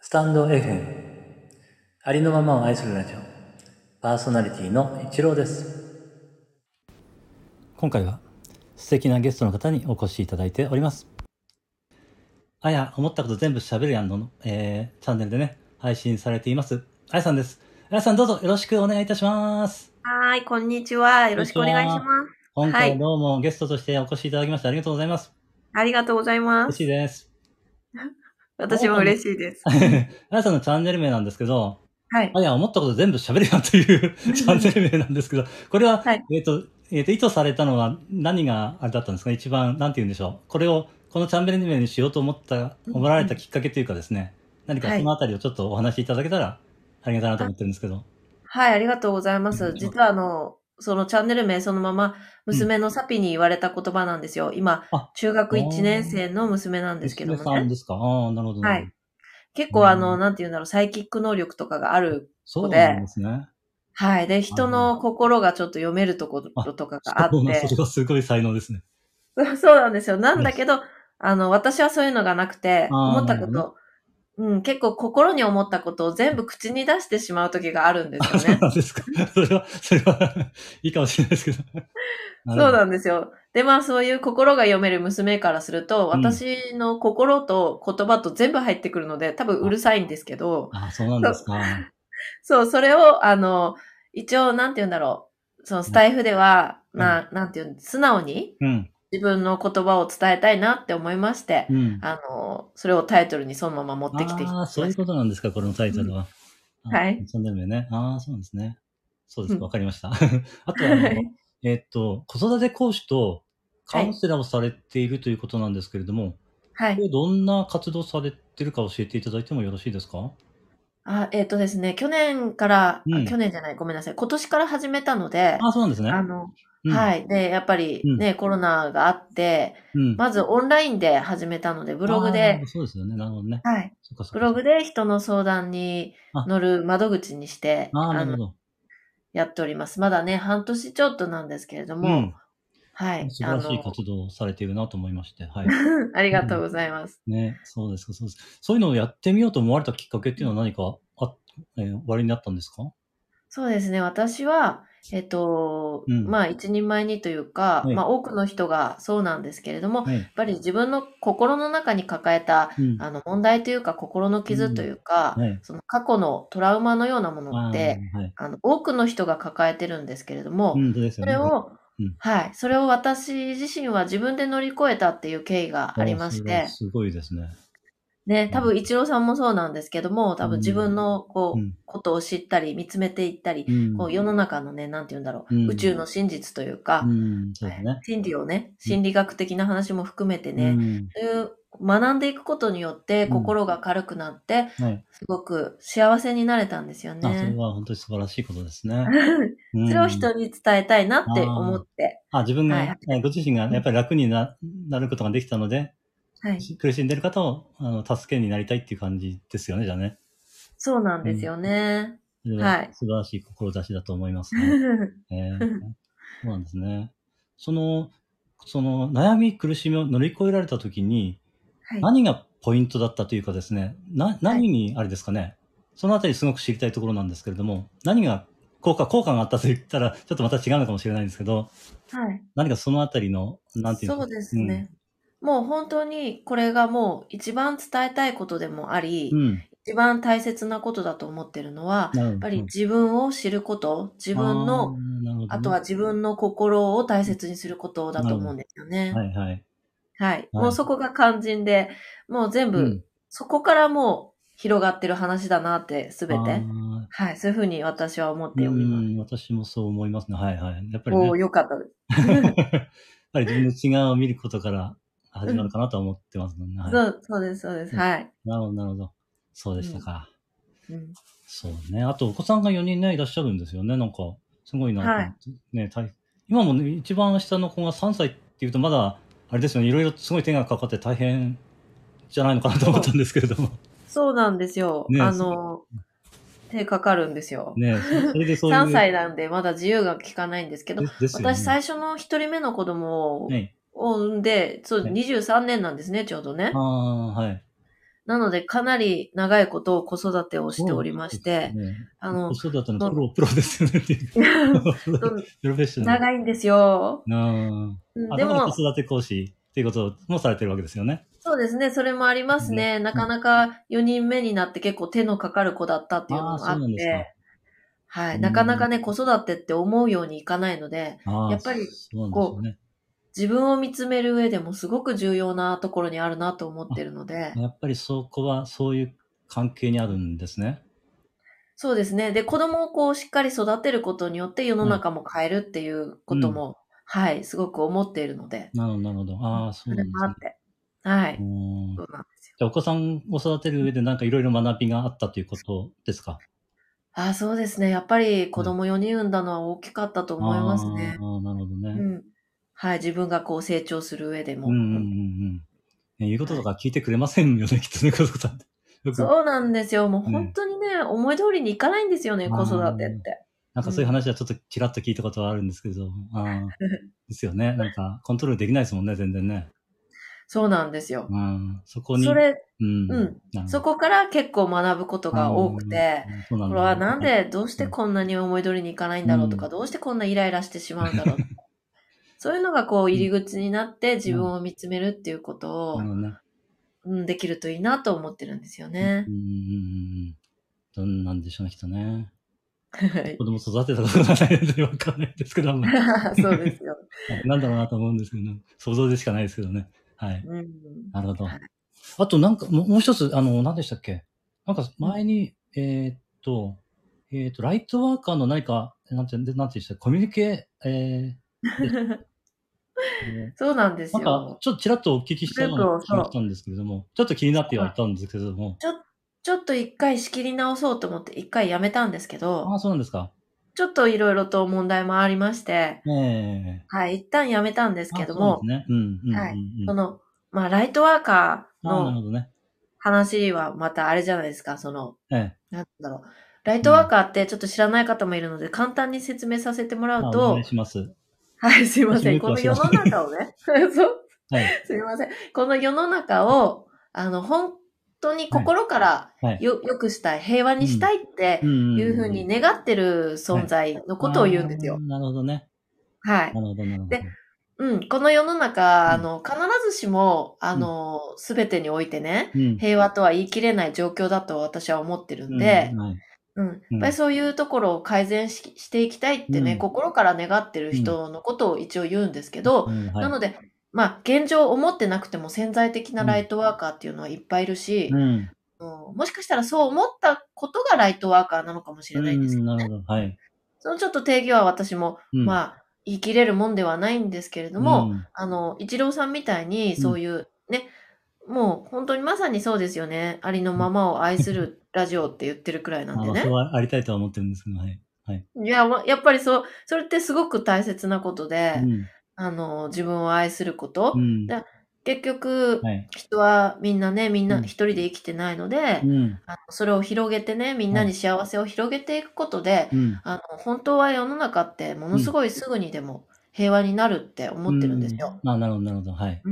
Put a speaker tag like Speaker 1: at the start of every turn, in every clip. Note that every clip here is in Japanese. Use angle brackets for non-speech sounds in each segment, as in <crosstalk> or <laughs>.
Speaker 1: スタンド FM ありのままを愛するラジオパーソナリティの一郎です今回は素敵なゲストの方にお越しいただいておりますあや思ったこと全部喋るやんの、えーチャンネルでね配信されていますあやさんですあやさんどうぞよろしくお願いいたします
Speaker 2: はーい、こんにちは。よろしくお願いします。
Speaker 1: 今回どうもゲストとしてお越しいただきましてありがとうございます、
Speaker 2: ありがとうございま
Speaker 1: 嬉し
Speaker 2: す
Speaker 1: い。です
Speaker 2: 私も嬉しいです。
Speaker 1: <laughs> あやさんのチャンネル名なんですけど、
Speaker 2: はい
Speaker 1: あ。や思ったこと全部喋るやんというチャンネル名なんですけど、これは、
Speaker 2: はい
Speaker 1: えっ、と、えっ、と、意図されたのは何があれだったんですか一番、なんて言うんでしょう。これを、このチャンネル名にしようと思った、
Speaker 2: うん
Speaker 1: 思われたきっかけというかですね、何か
Speaker 2: はい
Speaker 1: そのあたりをちょっとお話しいただけたら、ありがたいなと思ってるんですけど。
Speaker 2: はい、ありがとうございま
Speaker 1: う
Speaker 2: す
Speaker 1: ん。
Speaker 2: 実はあの、そのチャンネル名そのまま、
Speaker 1: うん
Speaker 2: 娘のサピに言われた言葉なんですよ。今
Speaker 1: あ、
Speaker 2: 中学1年生の娘なんですけど
Speaker 1: 娘
Speaker 2: も
Speaker 1: さん
Speaker 2: ね。
Speaker 1: ですかああ、なるほど。
Speaker 2: はい。結構あ
Speaker 1: う
Speaker 2: の、
Speaker 1: ん
Speaker 2: なんて言うんだろう、サイキック能力とかがある。
Speaker 1: そうなんですね。
Speaker 2: はい。で、人の心がちょっと読めるところとかがあっ
Speaker 1: そうなん
Speaker 2: て
Speaker 1: そ。れがすごい才能ですね。
Speaker 2: <laughs> そうなんですよ。なんだけど、あの、私はそういうのがなくて、
Speaker 1: あー
Speaker 2: 思ったこ
Speaker 1: なる
Speaker 2: と、うん、結構心に思ったことを全部口に出してしまう時があるんですよ
Speaker 1: そう <laughs>
Speaker 2: ね。
Speaker 1: なんですか。それは、それは、いいかもしれないですけど。
Speaker 2: そ
Speaker 1: そう
Speaker 2: なんですよ。で、まあそういう心が読める娘からすると、
Speaker 1: うん
Speaker 2: 私の心と言葉と全部入ってくるので、多分うるさいんですけど、
Speaker 1: あ、そうなんですか。
Speaker 2: そう、それを、あの、一応、なんて言うんだろう。そのスタイフでは、
Speaker 1: うん
Speaker 2: まあ、なんて言うん、素直に
Speaker 1: うん。
Speaker 2: 自分の言葉を伝えたいなって思いまして、
Speaker 1: うん。
Speaker 2: あの、それをタイトルにそのまま持ってきてき
Speaker 1: ああ、
Speaker 2: まし
Speaker 1: そう
Speaker 2: た
Speaker 1: いう。ことなんですか、このタイトルは。
Speaker 2: んはい
Speaker 1: あ。チャンネル名ね。ああ、そうなんですね。そうです
Speaker 2: うん
Speaker 1: か、わかり
Speaker 2: <laughs>
Speaker 1: ました。あとはあの、
Speaker 2: はい
Speaker 1: えーっと、子育て講師とカ
Speaker 2: はい
Speaker 1: ウンセラーをされているということなんですけれども、
Speaker 2: はい
Speaker 1: こ。れどんな活動されてるか教えていただいてもよろしいですか
Speaker 2: あ、えっ、とですね、去年から、
Speaker 1: うん
Speaker 2: あ去年じゃない、ごめんなさい、今年から始めたので、
Speaker 1: ああ、そうなんですね。
Speaker 2: あの、
Speaker 1: うん、い。
Speaker 2: はい。で、やっぱりね、コロナがあって、
Speaker 1: うん、
Speaker 2: まずオンラインで始めたので、ブ
Speaker 1: ブ
Speaker 2: ログで、
Speaker 1: そうですよね。なるほどね。
Speaker 2: はい。
Speaker 1: そっかそっか
Speaker 2: ブログで人の相談に
Speaker 1: あ
Speaker 2: 乗る窓口にして、
Speaker 1: ああ、なるほ
Speaker 2: の、
Speaker 1: ど。
Speaker 2: やっております。まだね、半年ちょっとなんですけれども、
Speaker 1: ん、
Speaker 2: はい。
Speaker 1: 素晴らしい
Speaker 2: あの、
Speaker 1: 活動をされているなと思いまして。はい。
Speaker 2: <laughs> ありがとうございます。
Speaker 1: ね、そうですか、そうです。そういうのをやってみようと思われたきっかけっていうのは何かあ、えー、終わりになったんですか
Speaker 2: そうですね。私は、えっと、
Speaker 1: うん
Speaker 2: まあ、一人前にというか、
Speaker 1: はい
Speaker 2: まあ、多くの人がそうなんですけれども、
Speaker 1: はい
Speaker 2: やっ。ぱり自分の心の中に抱えた
Speaker 1: うん
Speaker 2: あの問題というか心の傷というか、
Speaker 1: はい
Speaker 2: その過去のトラウマのようなものって
Speaker 1: あーはい。
Speaker 2: あの多くの人が抱えてるんですけれども、
Speaker 1: うん、そうですよ
Speaker 2: そ
Speaker 1: ね。
Speaker 2: れを、
Speaker 1: うん
Speaker 2: はい、それを私自身は自分で乗り越えたっていう経緯がありまし
Speaker 1: おーそれは
Speaker 2: て、
Speaker 1: すごいですね。
Speaker 2: ね、多分一郎さんもそうなんですけども多
Speaker 1: うん
Speaker 2: 分自分のこう、
Speaker 1: うん
Speaker 2: ことを知ったり見つめていったり、
Speaker 1: うん
Speaker 2: こう世の中のねなんて言うんだろう、
Speaker 1: うん
Speaker 2: 宇宙の真実というか、
Speaker 1: うん、そうですね。
Speaker 2: 心理をね心理学的な話も含めてね、
Speaker 1: うん
Speaker 2: そういう学んでいくことによって
Speaker 1: うん
Speaker 2: 心が軽くなって、
Speaker 1: はい。
Speaker 2: すごく幸せになれたんですよ
Speaker 1: あ、それ
Speaker 2: ね。
Speaker 1: は本当に素晴らしいことです
Speaker 2: <laughs>
Speaker 1: ね。
Speaker 2: それを人
Speaker 1: うん
Speaker 2: に伝えたいなって思って。
Speaker 1: あ、自分が、
Speaker 2: はい
Speaker 1: えーご自身がやっぱり楽にななることができたので、
Speaker 2: はい、
Speaker 1: 苦しんでる方をあの助けになりたいっていう感じですよね、じゃあね。
Speaker 2: そうなんですよね。
Speaker 1: それ
Speaker 2: は
Speaker 1: はい素晴らしい志だと思います、
Speaker 2: <laughs>
Speaker 1: ね。えーそうなんですね。その、その悩み、苦しみを乗り越えられたときに、
Speaker 2: はい、
Speaker 1: 何がポイントだったというかですね、な、何に、あれですかね、そのあたりすごく知りたいところなんですけれども、何が効果、効果があったと言ったら、ちょっとまた違うのかもしれないんですけど、
Speaker 2: はい
Speaker 1: 何かそのあたりの、なんていうの
Speaker 2: そうですね。。もう本当にこれがもう一番伝えたいことでもあり、
Speaker 1: うん。うん
Speaker 2: 一番大切なことだと思ってるのは、
Speaker 1: なるほど。や
Speaker 2: やっぱり自分を知ること、自分の、、
Speaker 1: なるほどね
Speaker 2: あとは、自分の心を大切にすることだと思うんですよね。
Speaker 1: はいはい。
Speaker 2: はい。
Speaker 1: はい
Speaker 2: もうそこが肝心で、もう全部、
Speaker 1: うん
Speaker 2: そこからもう広がってる話だなって、すべ
Speaker 1: あ
Speaker 2: て。
Speaker 1: ー
Speaker 2: はい。そういうふうに私は思って
Speaker 1: う
Speaker 2: おります。
Speaker 1: ん、私もそう思いますね。はいはい。やっぱりね。
Speaker 2: おおー、よかったで
Speaker 1: <laughs>
Speaker 2: す。
Speaker 1: やっぱり自分の内側を見ることから始まるかなとは思ってますもんね。はい
Speaker 2: そう、そうです、そうです。
Speaker 1: うん
Speaker 2: はい。
Speaker 1: なるほど、なるほど。そうでしたか。
Speaker 2: うん
Speaker 1: そうね。あと、お子さんが4人ね、いらっしゃるんですよね。なんか、すごいなと思って。ね、大今もね、一番下の子が3歳っていうと、まだ、あれですよね、いろいろすごい手がかかって大変じゃないのかなと思ったんですけれど
Speaker 2: <laughs>
Speaker 1: も。
Speaker 2: そうなんですよ。
Speaker 1: ねえ
Speaker 2: あの、手かかるんですよ。
Speaker 1: ね、それでそういう。
Speaker 2: 3歳なんで、まだ自由が利かないんですけど、
Speaker 1: でですよね。
Speaker 2: 私、最初の1人目の子供を
Speaker 1: ね、
Speaker 2: を産んで、そう、
Speaker 1: ね
Speaker 2: 23年なんですね、ちょうどね
Speaker 1: あ。あ、はい。
Speaker 2: なので、かなり長いこと子育てをしておりまして、
Speaker 1: ね、
Speaker 2: あの、
Speaker 1: 子育てのプロ、プロですよねっていう。
Speaker 2: <laughs>
Speaker 1: プロフェッショナル。
Speaker 2: 長いんですよ。
Speaker 1: うん
Speaker 2: うん
Speaker 1: あ
Speaker 2: で
Speaker 1: だから
Speaker 2: も、
Speaker 1: 子育て講師っていうこともされてるわけですよね。
Speaker 2: そうですね、それもありますね。なかなか4人目になって結構手のかかる子だったっていうのもあ
Speaker 1: あーそう
Speaker 2: っ
Speaker 1: なんですか
Speaker 2: て、は
Speaker 1: う
Speaker 2: い、
Speaker 1: ん
Speaker 2: なかなかね、子育てって思うようにいかないので、
Speaker 1: ああ
Speaker 2: やっぱり
Speaker 1: そうなんです
Speaker 2: 自分を見つめる上でもすごく重要なところにあるなと思ってるので
Speaker 1: よ、ね。やっぱりそこはそういう関係にあるんですね。
Speaker 2: そうですね。で、子供をこうしっかり育てることによって世の中も変えるっていうことも、はい、すごく思っているので、
Speaker 1: なるほど、なるほど。ああ、そ
Speaker 2: そう
Speaker 1: な
Speaker 2: れ
Speaker 1: んで
Speaker 2: も
Speaker 1: す
Speaker 2: あ
Speaker 1: ね
Speaker 2: って、はい、
Speaker 1: うん
Speaker 2: そうなんですよ。
Speaker 1: じゃあお子さんを育てる上でなんかいろいろ学びがあったということですか
Speaker 2: あーそうですね。やっぱり子供4人産んだのは大きかったと思いますね。
Speaker 1: ああ、なるほどね。
Speaker 2: うん。はい、自分がこう成長する上でも。
Speaker 1: うんうんうんうん。言うこととか聞いてくれませんよね、きっとね、子供さんって。よく、
Speaker 2: そうなんですよ。もう
Speaker 1: うん
Speaker 2: 本当にね、思い通りにいかないんですよね、
Speaker 1: あー
Speaker 2: 子育てって。
Speaker 1: なんかそういう話はちょっとちらっと聞いたことはあるんですけど、あーですよね。なんか、コントロールできないですもんね、全然ね。
Speaker 2: そうなんですよ。
Speaker 1: うん、そこに。
Speaker 2: それ、
Speaker 1: うん
Speaker 2: うん
Speaker 1: なるほど
Speaker 2: そこから結構学ぶことが多くて、、
Speaker 1: うんそうなん
Speaker 2: こ
Speaker 1: だ
Speaker 2: れはなんで、どうしてこんなに思い通りにいかないんだろうとか、どうしてこんなイライラしてしまうんだ <laughs> ろうとか。そういうのがこう入り口になって自分を見つめるっていうことを
Speaker 1: なる、ほどね。
Speaker 2: うん、できるといいなと思ってるんですよね
Speaker 1: う。んうんうん。どんなんでしょうね、きっとね。
Speaker 2: <laughs> はい
Speaker 1: 子供育てたことがないのでわかんないんですけど、 <laughs> あんまり
Speaker 2: <laughs> そうですよ。
Speaker 1: なんだろうなと思うんですけど、ね、想像でしかないですけどね。はい。
Speaker 2: うん。
Speaker 1: なるほど
Speaker 2: はい。
Speaker 1: あとなんか、ももう一つ、あの、何でしたっけなんか前に、えーっと、えーっと、ライトワーカーの何か、なんて、なんてでしたコミュニケ、えー
Speaker 2: そうなんです
Speaker 1: なんか
Speaker 2: よ、。
Speaker 1: ちょっとちらっとお聞きしたよう
Speaker 2: グルー
Speaker 1: な
Speaker 2: プを
Speaker 1: 気がしたんですけれども、ちょっと気になってはいたんですけれども、
Speaker 2: ちょっと一回仕切り直そうと思って一回やめたんですけ
Speaker 1: あ
Speaker 2: ど、
Speaker 1: あ、そうなんですか。
Speaker 2: ちょっといろいろと問題もありまして、
Speaker 1: ええ
Speaker 2: はい、一旦やめたんですけども、
Speaker 1: あそうなんですね。うん、うん、うん。
Speaker 2: はい
Speaker 1: うん
Speaker 2: その、まあ、ライトワーカー
Speaker 1: ああ、なるほ
Speaker 2: の
Speaker 1: どね。
Speaker 2: 話はまたあれじゃないですか、その、
Speaker 1: ええ。
Speaker 2: なんだろう。ライトワーカーってちょっと知らない方もいるので、簡単に説明させてもら
Speaker 1: あ
Speaker 2: う
Speaker 1: お
Speaker 2: と
Speaker 1: 願い、します。
Speaker 2: はい、すいません。
Speaker 1: 私
Speaker 2: こ
Speaker 1: も
Speaker 2: の
Speaker 1: よ
Speaker 2: 世
Speaker 1: くは
Speaker 2: の
Speaker 1: 知ら
Speaker 2: 中をね、 <laughs> そう
Speaker 1: はい。
Speaker 2: <laughs> すいません。この世の中を、あの、本当に心から
Speaker 1: はいはい
Speaker 2: よ、よくしたい、平和にしたいって
Speaker 1: ん
Speaker 2: いうふうに願ってる存在のことを言うんです
Speaker 1: あ
Speaker 2: よ
Speaker 1: ー。なるほどね。
Speaker 2: はい
Speaker 1: な。るほど、なるほど。
Speaker 2: でうん、この世の中、あ
Speaker 1: うん
Speaker 2: の、必ずしも、あの、すべてにおいてね、
Speaker 1: うん
Speaker 2: 平和とは言い切れない状況だと私は思ってるんで
Speaker 1: う、んはい
Speaker 2: うん、やっぱりそういうところを改善ししていきたいってね、
Speaker 1: うん
Speaker 2: 心から願ってる人のことを一応言うんですけど、
Speaker 1: うんはい
Speaker 2: なので、まあ、現状思ってなくても潜在的なライトワーカーっていうのはいっぱいいるし、
Speaker 1: うん
Speaker 2: あのもしかしたらそう思ったことがライトワーカーなのかもしれないんですけ
Speaker 1: う
Speaker 2: ど、
Speaker 1: んなるほど。はい。
Speaker 2: そのちょっと定義は私も、ま
Speaker 1: あ、
Speaker 2: あ、言い切れるもんではないんですけれども、あの、一郎さんみたいにそういうね、もう本当にまさにそうですよね。ありのままを愛するラジオって言ってるくらい
Speaker 1: うん、
Speaker 2: なんで
Speaker 1: あ
Speaker 2: ね
Speaker 1: そう。はありたいとは思ってるんですけど、はい。
Speaker 2: いや、わやっぱりそう、それってすごく大切なことで、
Speaker 1: うん
Speaker 2: あの、自分を愛すること。
Speaker 1: うん
Speaker 2: で結局、
Speaker 1: はい
Speaker 2: 人はみんなね、みん
Speaker 1: う
Speaker 2: なん一人で生きてないので、
Speaker 1: うん
Speaker 2: あのそれを広げてね、みんなに幸せを広げていくことで、
Speaker 1: うん
Speaker 2: あの、本当は世の中ってものすごいすぐにでも平和になるって思ってるんですよ。
Speaker 1: うんあ、なるほど、なるほど。はい。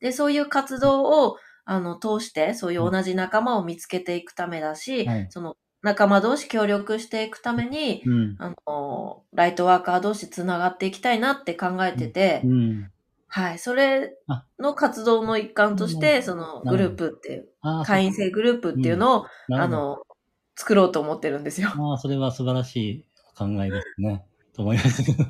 Speaker 2: で、そういう活動を、あの、通して、そういう同じ仲間を見つけていくためだし、
Speaker 1: はい
Speaker 2: その仲間同士協力していくために、
Speaker 1: うん。
Speaker 2: あの、ライトワーカー同士つながっていきたいなって考えてて、
Speaker 1: うん。
Speaker 2: はい、それ
Speaker 1: あ
Speaker 2: の活動の一環として、その
Speaker 1: な
Speaker 2: グ
Speaker 1: る
Speaker 2: ル
Speaker 1: ほど
Speaker 2: ープっていう、
Speaker 1: あー
Speaker 2: 会員制グループっていうのを、
Speaker 1: そうなる
Speaker 2: あ
Speaker 1: ほど
Speaker 2: の、作ろうと思ってるんですよ。
Speaker 1: あー、それは素晴らしい考えですね。と思いますけど。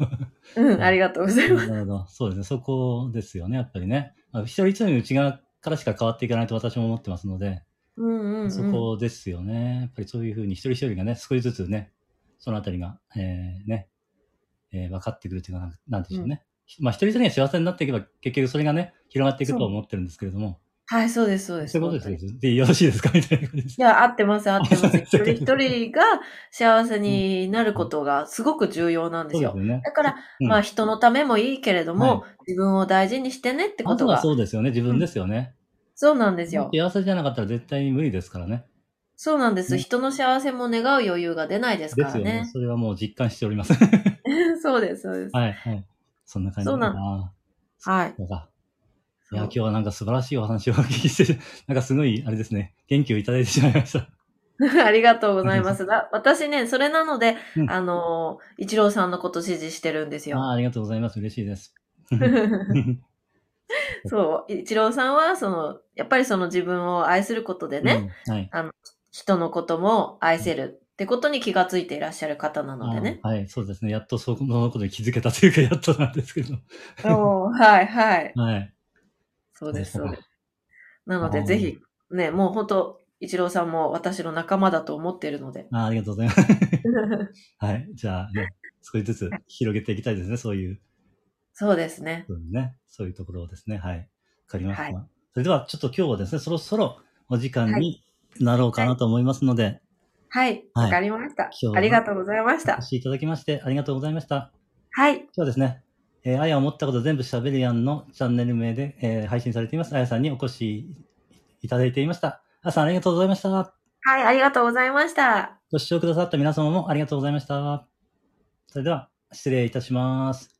Speaker 2: うん、ありがとうございます。
Speaker 1: なるほど。そうですね。そこですよね、やっぱりね。あの一人一人の内側からしか変わっていかないと私も思ってますので。
Speaker 2: うんうん、うん。
Speaker 1: そこですよね。やっぱりそういうふうに一人一人がね、少しずつね、そのあたりが、えー、ね、えー分かってくるというか、なんなんでしょうね。まあ一人一人が幸せになっていけば、結局それがね、広がっていくと
Speaker 2: そう
Speaker 1: 思ってるんですけれども、
Speaker 2: はい、そうです、そうで
Speaker 1: そ
Speaker 2: す。
Speaker 1: ういうこと
Speaker 2: 本
Speaker 1: で
Speaker 2: 当
Speaker 1: す
Speaker 2: に
Speaker 1: よね。で、よろしいですかみたいな感じです
Speaker 2: い。や、合ってます、合ってます。一
Speaker 1: そう
Speaker 2: 人一人が幸せになることがすごく重要なんで
Speaker 1: そう
Speaker 2: す
Speaker 1: で
Speaker 2: よ
Speaker 1: す。よね。
Speaker 2: だから、
Speaker 1: うん
Speaker 2: まあ人のためもいいけれども、自分を大事にしてねってこ
Speaker 1: あと
Speaker 2: と
Speaker 1: は
Speaker 2: が、
Speaker 1: そうですよね。自分ですよね。
Speaker 2: そうなんですよ。
Speaker 1: 幸せじゃなかったら絶対に無理ですからね。
Speaker 2: そうなんです。
Speaker 1: ね
Speaker 2: 人の幸せも願う余裕が出ないです
Speaker 1: で
Speaker 2: から
Speaker 1: すよね。
Speaker 2: ね。
Speaker 1: それはもう実感しております。
Speaker 2: <laughs> そうです、そうです。
Speaker 1: はい、はい。そんな感じ
Speaker 2: そうな
Speaker 1: な。
Speaker 2: はい。
Speaker 1: そうか。いや、今日はなんか素晴らしいお話をお聞きして、 <laughs> なんかすごい、あれですね、元気をいただいてしまいました。
Speaker 2: <laughs> ありがとうございます。だ私ね、それなので、
Speaker 1: うん
Speaker 2: あの、一郎さんのこと支持してるんです
Speaker 1: あ
Speaker 2: よ。
Speaker 1: あありがとうございます。嬉しい <laughs> です。
Speaker 2: <laughs> そう、一郎さんは、その、やっぱりその自分を愛することでね、
Speaker 1: うんはい。
Speaker 2: 人のことも愛せるってことに気がついていらっしゃる方なのでね。
Speaker 1: あーはい、そうですね。やっとそこのことに気づけたというか、やっとなんですけ <laughs> ど。
Speaker 2: おー <laughs> はいはい。
Speaker 1: はい。
Speaker 2: そうです、
Speaker 1: そ
Speaker 2: そうう
Speaker 1: で
Speaker 2: ですす。なの
Speaker 1: あ
Speaker 2: で、
Speaker 1: ー
Speaker 2: ぜひ、ね、もう本当一郎さんも私の仲間だと思っている
Speaker 1: <laughs>
Speaker 2: ので。
Speaker 1: あーありがとうございます。はい。じゃあ、ね、少しずつ広げていきたいですね。そういう、
Speaker 2: そうですね。
Speaker 1: そういうね、そういうところをですね。はい。わかりました。
Speaker 2: はい
Speaker 1: それでは、ちょっと今日はですね、そろそろお時間
Speaker 2: は
Speaker 1: になろうかなと思いますので、
Speaker 2: はい、
Speaker 1: はい
Speaker 2: わかりました
Speaker 1: 今日。は
Speaker 2: ありがとうございまし
Speaker 1: お
Speaker 2: た
Speaker 1: 越。しいただきまして、ありがとうございました。
Speaker 2: はい、
Speaker 1: 今日はですね、えー、あや思ったこと全部しゃべるやんのチャンネル名で、えー配信されています。あやさんにお越しいただいていました。あやさん、ありがとうございました。
Speaker 2: はい、ありがとうございました。
Speaker 1: ご視聴くださった皆様もありがとうございました。それでは、失礼いたします。